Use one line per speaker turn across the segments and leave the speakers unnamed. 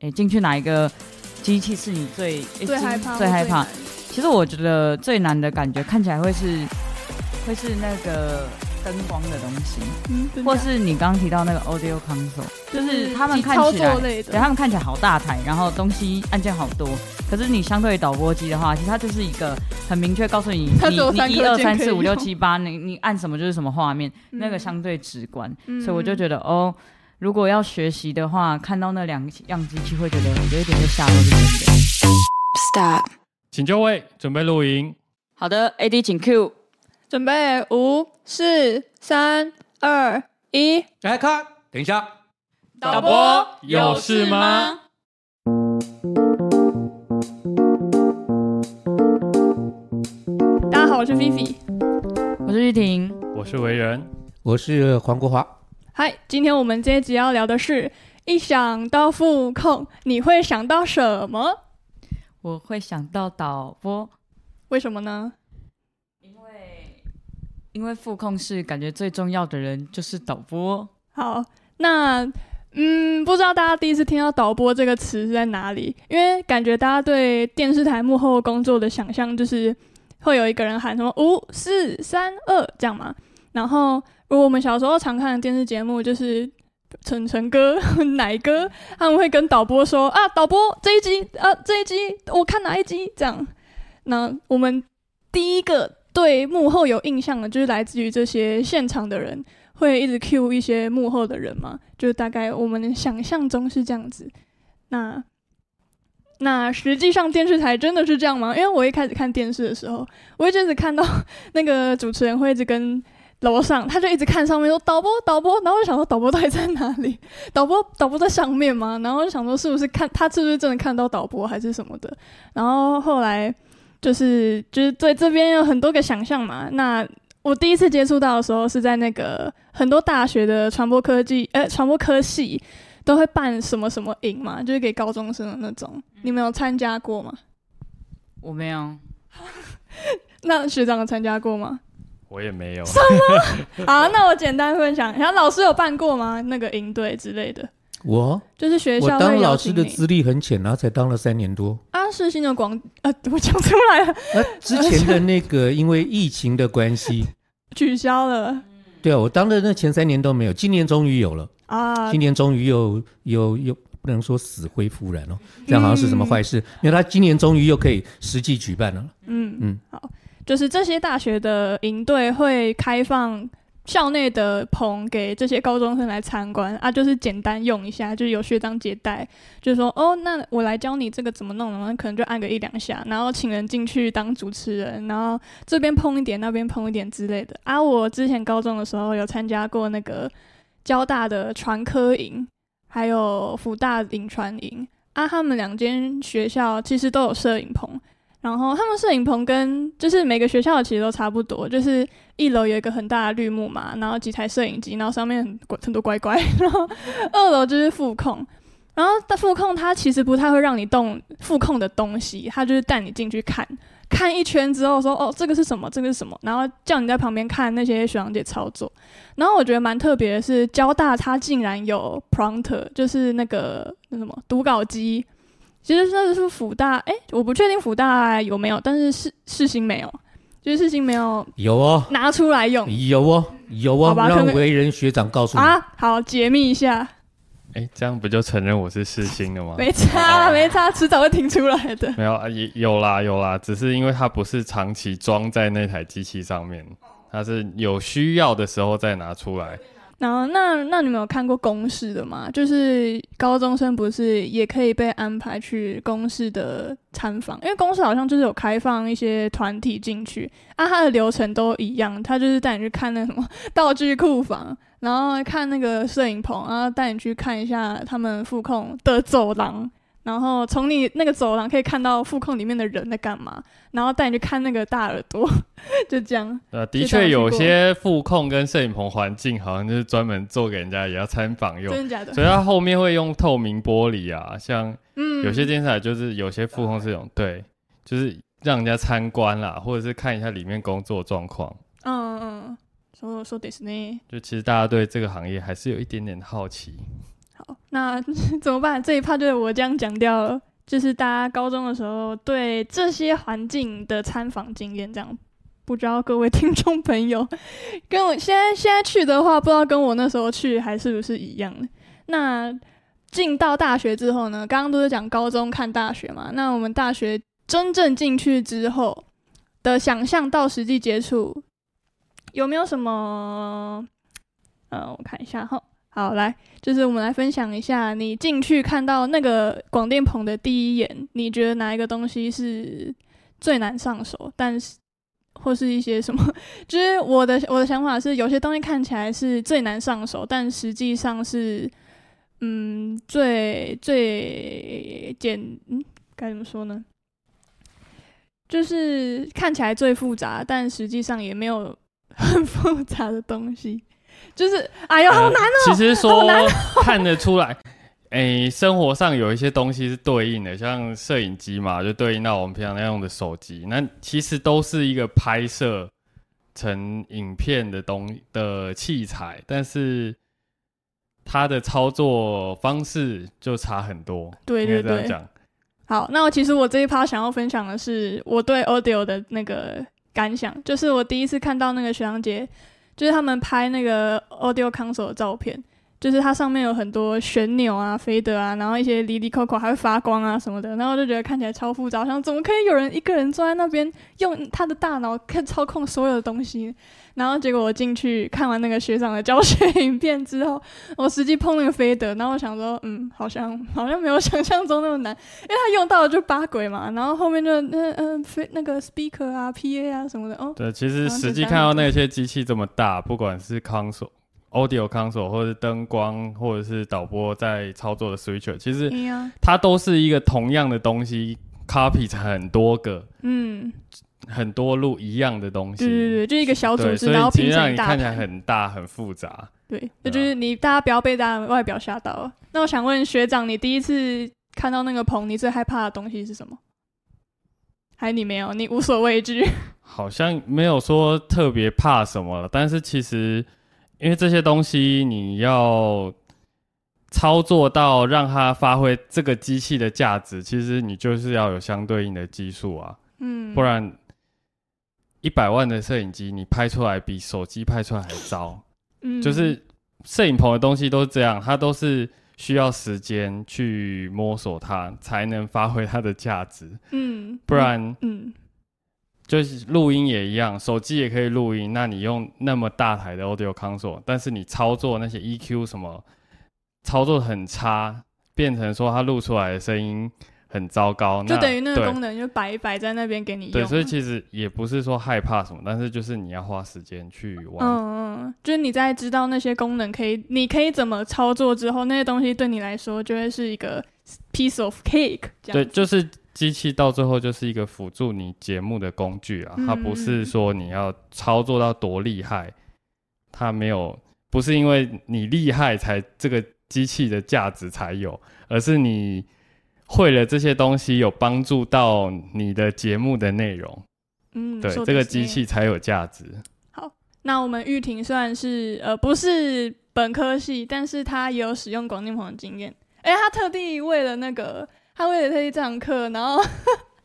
诶，进去哪一个机器是你最诶
最
进
害怕，
最害怕
难？。
其实我觉得最难的感觉看起来会是会是那个灯光的东西，
嗯，真
或
假
是你刚提到那个 audio console，就是他们
及
看
操
起来
作类
对
的，
他们看起来好大台，然后东西按键好多。可是你相对于导播机的话，其实它就是一个很明确告诉你，
它
你
只有三
你一
颗
二
键
三
可以
四五
用
六七八，你你按什么就是什么画面，那个
嗯
相对直观。
嗯
所以我就觉得哦，如果要学习的话，看到那两样机器会觉得有一点被吓到，是真的。
Stop.
请就位，准备录音。
好的，AD 请 Q。
准备五、四、三、二、一，
来看，等一下，
导播有事吗？
大家好，我是 Vivi。
我是玉婷，
我是维人，
我是黄国华。
嗨，今天我们这一集要聊的是，一想到副控，你会想到什么？
我会想到导播，
为什么呢？
因为因为副控是感觉最重要的人就是导播。
好，那嗯，不知道大家第一次听到导播这个词是在哪里？因为感觉大家对电视台幕后工作的想象就是会有一个人喊什么五四三二这样嘛。然后，如果我们小时候常看的电视节目就是。晨晨哥、奶哥，他们会跟导播说啊，导播这一集啊，这一集我看哪一集这样。那我们第一个对幕后有印象的，就是来自于这些现场的人，会一直 cue 一些幕后的人嘛，就是大概我们想象中是这样子。那那实际上电视台真的是这样吗？因为我一开始看电视的时候，我一阵子看到 那个主持人会一直跟楼上，他就一直看上面说导播导播，然后我就想说导播到底在哪里？ 导播导播在上面吗？然后我就想说是不是看他是不是真的看到导播还是什么的？然后后来就是就是对这边有很多个想象嘛，那我第一次接触到的时候是在那个很多大学的传播科技，呃，传播科系都会办什么什么营嘛，就是给高中生的那
嗯
种。你们有参加过吗？
我没有，
那学长有参加过 吗？
我也没有。
啊，那我简单分享一下，老师有办过吗？那个营队之类的，
我
就是学
我
校
当
会
老
邀
师
请
的
你。
资历很浅，然后才当了三年多。
啊，世新的广，呃，我讲出来了，
那之前的那个， 因为疫情的关系，
取消了
对啊，我当的那前三年都没有，今年终于有了，
啊
今。年终于有有有，不能说死灰复燃哦，
嗯
这样好像是什么坏事。因为他今年终于又可以实际举办了，
嗯
嗯
好，就是这些大学的营队会开放校内的棚给这些高中生来参观啊，就是简单用一下，就是有学长姐带，就是说哦，那我来教你这个怎么弄，然后可能就按个一两下，然后请人进去当主持人，然后这边碰一点，那边碰一点之类的啊。我之前高中的时候有参加过那个交大的传科营，还有福大影传营。啊，他们两间学校其实都有摄影棚，然后他们摄影棚跟就是每个学校其实都差不多，就是一楼有一个很大的绿幕嘛，然后几台摄影机，然后上面很乖很多乖乖， 然后二楼就是副控，然后它副控它其实不太会让你动副控的东西，它就是带你进去看看一圈之后说哦这个是什么，这个是什么，然后叫你在旁边看那些学长姐操作。然后我觉得蛮特别的是，交大它竟然有 prompter，就是那个那什么读稿机，其实那是福大，哎、我不确定福大有没有，但是世世新没有，就是世新没有
有哦，
拿出来用
有哦，有
好
哦，
吧可
让
不可
为人学长告诉你，
啊。好，解密一下，
哎，这样不就承认我是世新了吗？
没差啦，没差，迟早会停出来的。
没有啊，也有啦有啦，只是因为它不是长期装在那台机器上面，它是有需要的时候再拿出来。
然后，那那你们有看过公式的吗？就是高中生不是也可以被安排去公式的参访，因为公式好像就是有开放一些团体进去啊，它的流程都一样，它就是带你去看那什么道具库房，然后看那个摄影棚，然后带你去看一下他们副控的走廊。然后从你那个走廊可以看到副控里面的人在干嘛，然后带你去看那个大耳朵， 就这样。
呃，
这
的
倒
确
是
有
过
些副控跟摄影棚环境好像就是专门做给人家也要参访用，
真的假的？
所以它后面会用透明玻璃啊，像
嗯，
有些电视台就是有些副控这种，对，就是让人家参观啦，或者是看一下里面工作状况。
嗯嗯，嗯，说说迪士尼。
就其实大家对这个行业还是有一点点好奇。
好，那 怎么办？这一趴就是我这样讲掉了，就是大家高中的时候对这些环境的参访经验，这样不知道各位 听众朋友，跟我现在现在去的话，不知道跟我那时候去还是不是一样的。那进到大学之后呢，刚刚都是讲高中看大学嘛，那我们大学真正进去之后的想象到实际接触，有没有什么？呃，我看一下哈。好，来，就是我们来分享一下，你进去看到那个广电棚的第一眼，你觉得哪一个东西是最难上手？但是或是一些什么？ 就是我的我的想法是，有些东西看起来是最难上手，但实际上是嗯最最简嗯该怎么说呢？就是看起来最复杂，但实际上也没有很复杂的东西。 就是哎呦，好难哦、
呃其实
好
说
难
看得出来，诶，生活上有一些东西是对应的，像摄影机嘛，就对应到我们平常要用的手机。那其实都是一个拍摄成影片的东的器材，但是它的操作方式就差很多。
对
应
对
该这样
对
讲。
好，那我其实我这一趴想要分享的是我对 audio 的那个感想，就是我第一次看到那个学长姐，就是他们拍那个 audio console 的照片，就是它上面有很多旋钮啊、飞的啊，然后一些离离扣扣还会发光啊什么的，然后我就觉得看起来超复杂，我想怎么可以有人一个人坐在那边用他的大脑看操控所有的东西？然后结果我进去看完那个学长的教学影片之后，我实际碰那个飞的，然后我想说，嗯，好像好像没有想象中那么难。因为他用到的就八轨嘛，然后后面就那嗯非那个 speaker 啊、PA 啊什么的哦，
对，其
好
实
像
实
是
际
这
看到
样子
那些机器这么大，不管是 console、audio console，或是灯光，或者是导播在操作的 switcher，其实
一样，
它都是一个同样的东西，copy 成很多个、
嗯，
很多路一样的东西。
对对对，就是一个小组
对
织，
所
然后
以其
拼
实
成
让
一
你
大
看起
盘
来很大、很复杂。
对，
对
那
啊
就是你大家不要被大家外表吓到了。那我想问学长，你第一次看到那个棚，你最害怕的东西是什么？还你没有，你无所畏惧。
好像没有说特别怕什么了，但是其实因为这些东西你要操作到让它发挥这个机器的价值，其实你就是要有相对应的技术啊，
嗯，
不然一百万的摄影机你拍出来比手机拍出来还糟。
嗯
就是摄影棚的东西都是这样，它都是需要时间去摸索它，才能发挥它的价值，
嗯，
不然
嗯
就是录音也一样，手机也可以录音。那你用那么大台的 Audio Console，但是你操作那些 EQ 什么，操作很差，变成说它录出来的声音很糟糕，
就
那
等于那
对
个功能就摆一摆在那边给你用
对，
了。
所以其实也不是说害怕什么，但是就是你要花时间去玩。
嗯，嗯，就是你在知道那些功能可以，你可以怎么操作之后，那些东西对你来说就会是一个 piece of cake 这
对，
样。
就是机器到最后就是一个辅助你节目的工具
嗯
啊，它不是说你要操作到多厉害，它没有，不是因为你厉害才这个机器的价值才有，而是你会了这些东西有帮助到你的节目的内容，
嗯，
对，
说得
这个
是
机器才有价值。
那我们玉婷虽然是呃不是本科系，但是她也有使用广电棚的经验。哎、她特地为了那个，她为了特地这堂课，然后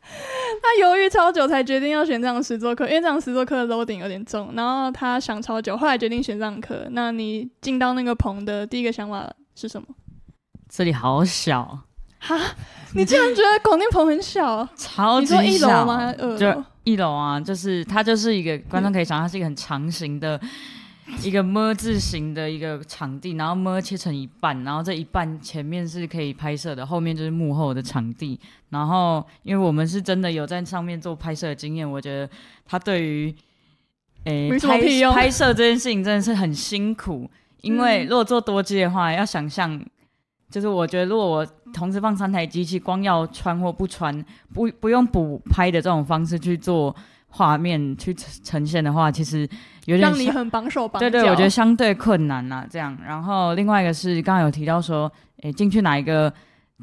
她犹豫超久才决定要选这堂实作课，因为这堂实作课的 loading 有点重，然后她想超久，后来决定选这堂课。那你进到那个棚的第一个想法是什么？
这里好小，
你竟然觉得广电棚很小？
超
你
级
说
小。
一楼吗？还是二
就
楼？
一楼啊，就是它就是一个观众可以想，它是一个很长形的。一个么字形的一个场地，然后么切成一半，然后这一半前面是可以拍摄的，后面就是幕后的场地。然后，因为我们是真的有在上面做拍摄的经验，我觉得它对于诶、
没什么
拍
屁用嗯
拍摄这件事情真的是很辛苦，因为如果做多机的话，要想象，就是我觉得如果我同时放三台机器，光要穿或不穿，不不用补拍的这种方式去做画面去呈呈现的话，其实有点
让
像
你很绑手绑脚。
对对，我觉得相对困难啦、这样，然后另外一个是刚刚有提到说，诶，进去哪一个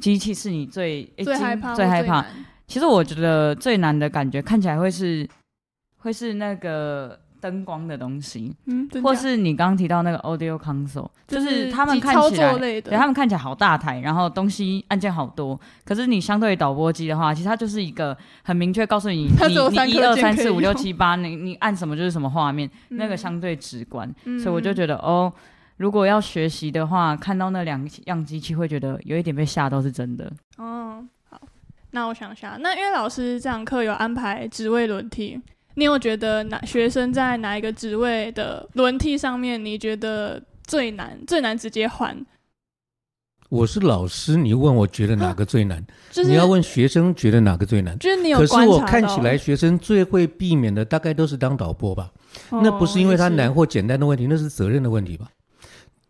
机器是你最诶
最
进
害怕，
最害怕？
难。
其实我觉得最难的感觉看起来会是会是那个灯光的东西，
嗯，真
或
假
是你刚刚提到那个 audio console，就是他们
即
看
操
起来
作类的，
对，他们看起来好大台，然后东西按键好多。可是你相对于导播机的话，其实它就是一个很明确告诉 你，
它
你
只有三
你一
颗
二
键
三
可以
四五六
用
七八，你你按什么就是什么画面，
嗯
那个相对直观。
嗯
所以我就觉得哦，如果要学习的话，看到那两样机器会觉得有一点被吓到，是真的。
哦，好，那我想一下，那因为老师这堂课有安排职位轮替，你有觉得哪学生在哪一个职位的轮替上面，你觉得最难最难直接换？
我是老师，你问我觉得哪个最难？
啊就是
你要，问学生觉得哪个最难？
就是你有
可是
观察
我看
到
起来，学生最会避免的大概都是当导播吧。
哦
那不是因为他难或简单的问题，那是责任的问题吧？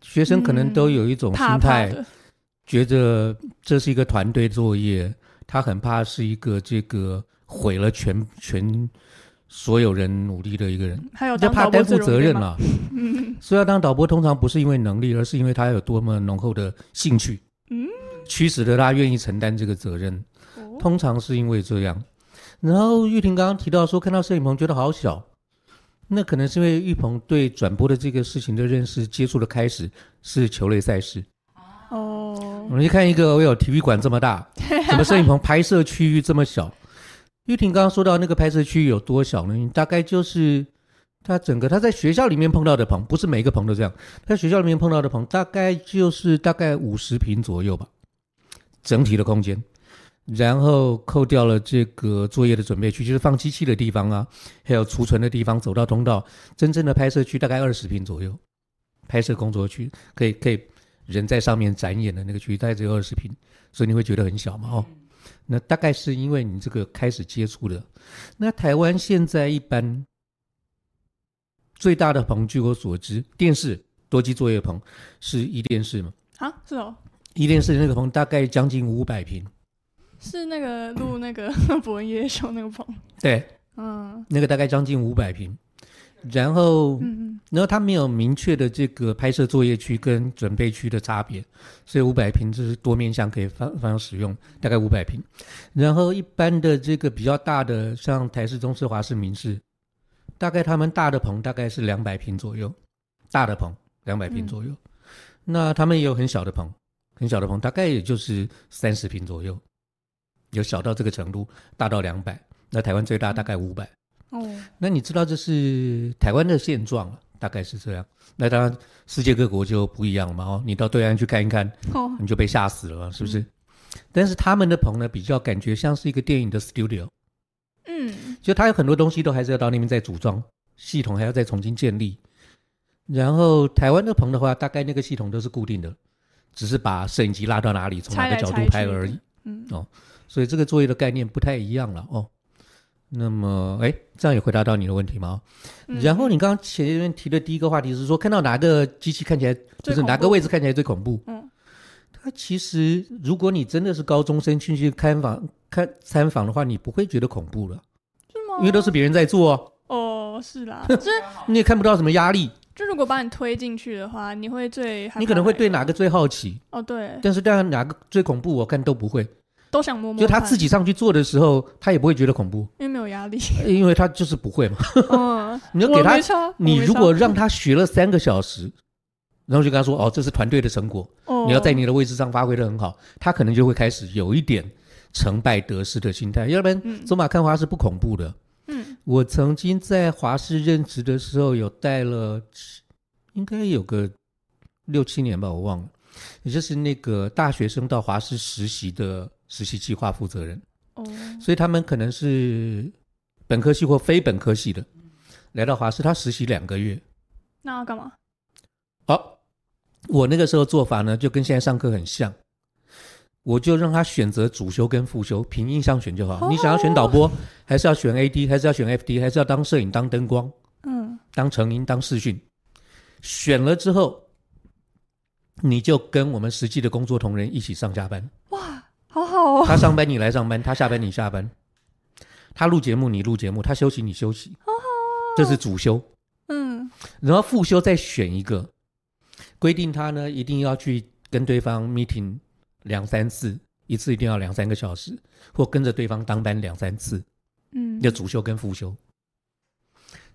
学生可能都有一种
哦、
心
怕怕
态，
的，
觉得这是一个团队作业，他很怕是一个这个毁了全全所有人努力的一个人，
还有
就
当
怕
导播
担
这
负
种
责
对
任啊
吗，
了。
嗯，
所以要当导播，通常不是因为能力，而是因为他有多么浓厚的兴趣，
嗯，
驱使着他愿意承担这个责任。
哦
通常是因为这样。然后玉婷刚刚提到说，看到摄影棚觉得好小，那可能是因为玉鹏对转播的这个事情的认识、接触的开始是球类赛事。我
哦，
们去看一个，我有体育馆这么大， 怎么摄影棚拍摄区域这么小？玉婷刚刚说到那个拍摄区域有多小呢？大概就是他整个他在学校里面碰到的棚，不是每一个棚都这样。他在学校里面碰到的棚大概就是大概五十平左右吧，整体的空间。然后扣掉了这个作业的准备区，就是放机器的地方啊，还有储存的地方，走到通道，真正的拍摄区大概二十平左右，拍摄工作区可以可以人在上面展演的那个区域大概只有二十平，所以你会觉得很小嘛？哦，那大概是因为你这个开始接触的。那台湾现在一般最大的棚，据我所知，电视多机作业棚是一电视嘛？
啊，是哦，
一电视那个棚大概将近五百平，
是那个录那个 伯恩夜秀那个棚，
对，
嗯
那个大概将近五百平。然后，
嗯
然后它没有明确的这个拍摄作业区跟准备区的差别，所以五百平就是多面向可以放放使用，大概五百平。然后一般的这个比较大的，像台式、中式、华式、民式，大概他们大的棚大概是两百平左右，大的棚两百
嗯
平左右。那他们也有很小的棚，很小的棚大概也就是三十平左右，有小到这个程度，大到两百。那台湾最大大概五百。
嗯，哦，
那你知道这是台湾的现状了，大概是这样。那当然，世界各国就不一样了嘛。哦，你到对岸去看一看，
哦，
你就被吓死了嘛，是不是？但是他们的棚呢，比较感觉像是一个电影的 studio，
嗯，
就它有很多东西都还是要到那边再组装，系统还要再重新建立。然后台湾的棚的话，大概那个系统都是固定的，只是把摄影机拉到哪里，从哪个角度拍而已。哦
嗯，
所以这个作业的概念不太一样了哦。那么，哎，这样也回答到你的问题吗？哦
嗯
然后你刚刚前面提的第一个话题是说，看到哪个机器看起来，就
最
是
恐
哪
怖
个位置看起来最恐怖？
嗯，
它其实如果你真的是高中生进去看访看参访的话，你不会觉得恐怖了，
是吗？
因为都是别人在做哦，
哦，是 啦，就是
你也看不到什么压力，
就如果把你推进去的话，你会最害怕
你可能会对
哪
哪
一
个最好奇，
哦，对，
但是当然哪个最恐怖，我看都不会。
都想摸摸，
就他自，己上去做的时候，他也不会觉得 恐怖，
因为没有压 力。
因为他就是 不会嘛。
嗯，
你就
我
给他
没差
你
我没
如果
差
让他学了三个小时，然后就跟他说：“哦，这是团队的成果，
哦
你要在你的位置上发挥的很好，他可能就会开始有一点成败得失的心态，要不然
嗯
走马看花是不恐怖的。
嗯
我曾经在华视任职的时候，有带了七，应该有个六七年吧，我忘了，也就是那个大学生到华视实习的实习计划负责人，
哦
所以他们可能是本科系或非本科系的，来到华视，他实习两个月，
那要干嘛？
好、我那个时候做法呢，就跟现在上课很像，我就让他选择主修跟副修，凭印象选就好。
哦
你想要选导播，还是要选 AD，还是要选 FD，还是要当摄影、当灯光、
嗯
当成音、当视讯？选了之后，你就跟我们实际的工作同仁一起上下班。
哇，好好哦，
他上班你来上班，他下班你下班，他录节目你录节目，他休息你休息，
好好哦，
这是主修。
嗯
然后复修再选一个，规定他呢一定要去跟对方 meeting 两三次，一次一定要两三个小时，或跟着对方当班两三次，
嗯
要主修跟副修。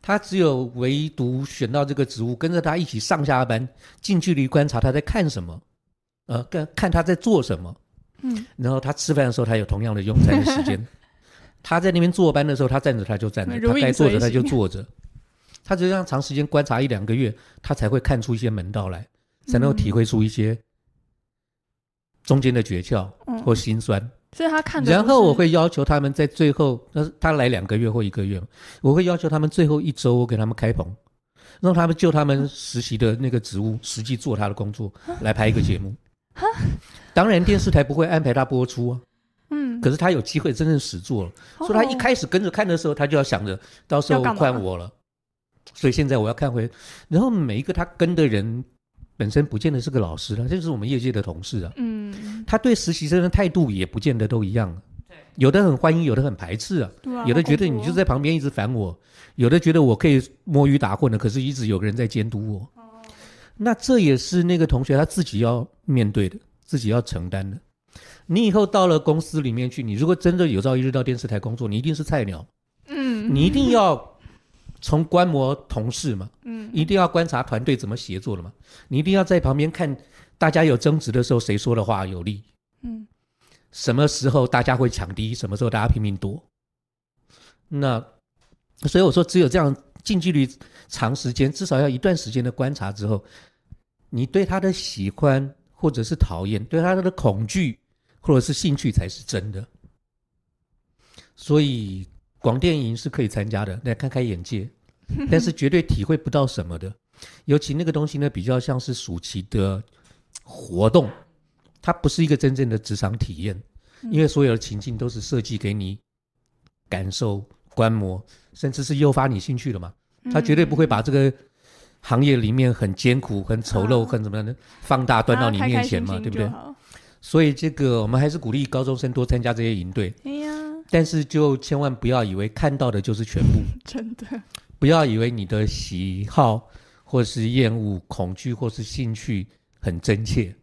他只有唯独选到这个职务，跟着他一起上下班，近距离观察他在看什么，呃，看看他在做什么。
嗯，
然后他吃饭的时候，他有同样的用餐的 时间。他在那边坐班的时候，他站着他就站着，
如
他
影
该坐着
随
他就
形
坐着。他只有这样长时间观察一两个月，他才会看出一些门道来，才能够体会出一些中间的诀窍
嗯
或心酸。
所以他看的。
然后我，会要求他们在最后，他他来两个月或一个月嘛，我会要求他们最后一周我给他们开棚，让他们就他们实习的那个职务，实际做他的工作来拍一个 节目。当然电视台不会安排他播出啊，
嗯，
可是他有机会真正实做了。
好
所以他
好哦
一开始跟着看的时候，他就要想着到时候
要干嘛
换我了，所以现在我要看回。然后每一个他跟的人本身不见得是个老师了，这就是我们业界的同事啊。
嗯，
他对实习生的态度也不见得都一样。啊有的很欢迎，有的很排斥啊。
对啊
有的觉得你就，在旁边一直烦我，有的觉得我可以摸鱼打混的，可是一直有个人在监督我。那这也是那个同学他自己要面对的，自己要承担的。你以后到了公司里面去，你如果真的有朝一日到电视台工作，你一定是菜鸟，
好恐怖哦嗯，
你一定要从观摩同事嘛，
嗯
一定要观察团队怎么协作的嘛，你一定要在旁边看大家有争执的时候，谁说的话有利，
嗯
什么时候大家会抢第一，什么时候大家拼命多。那所以我说，只有这样近距离、长时间，至少要一段时间的观察之后，你对他的喜欢或者是讨厌，对他的恐惧或者是兴趣才是真的。所以广电营是可以参加的，来开开眼界，但是绝对体会不到什么的。尤其那个东西呢，比较像是暑期的活动，它不是一个真正的职场体验，
嗯
因为所有的情境都是设计给你感受、观摩，甚至是诱发你兴趣的嘛。
嗯
他绝对不会把这个行业里面很艰苦、很丑陋、
啊
很怎么样的放大端到你面前嘛，对不对？？所以这个我们还是鼓励高中生多参加这些营队，
哎呀，
但是就千万不要以为看到的就是全部，
真的，
不要以为你的喜好或是厌恶、恐惧或是兴趣很真切，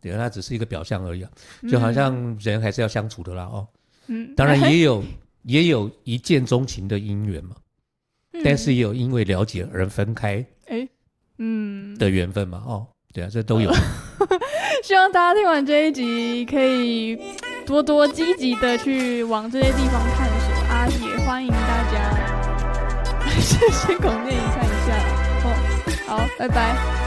对，它只是一个表象而已、啊，就好像人还是要相处的啦哦。
嗯，嗯
当然，也有也有一见钟情的姻缘嘛，但是
嗯
也有因为了解而分开。
哎，嗯，
的缘分嘛，哦，对啊，这都有。
希望大家听完这一集，可以多多积极的去往这些地方探索啊！也欢迎大 家去去广电影看一下哦。好，拜拜。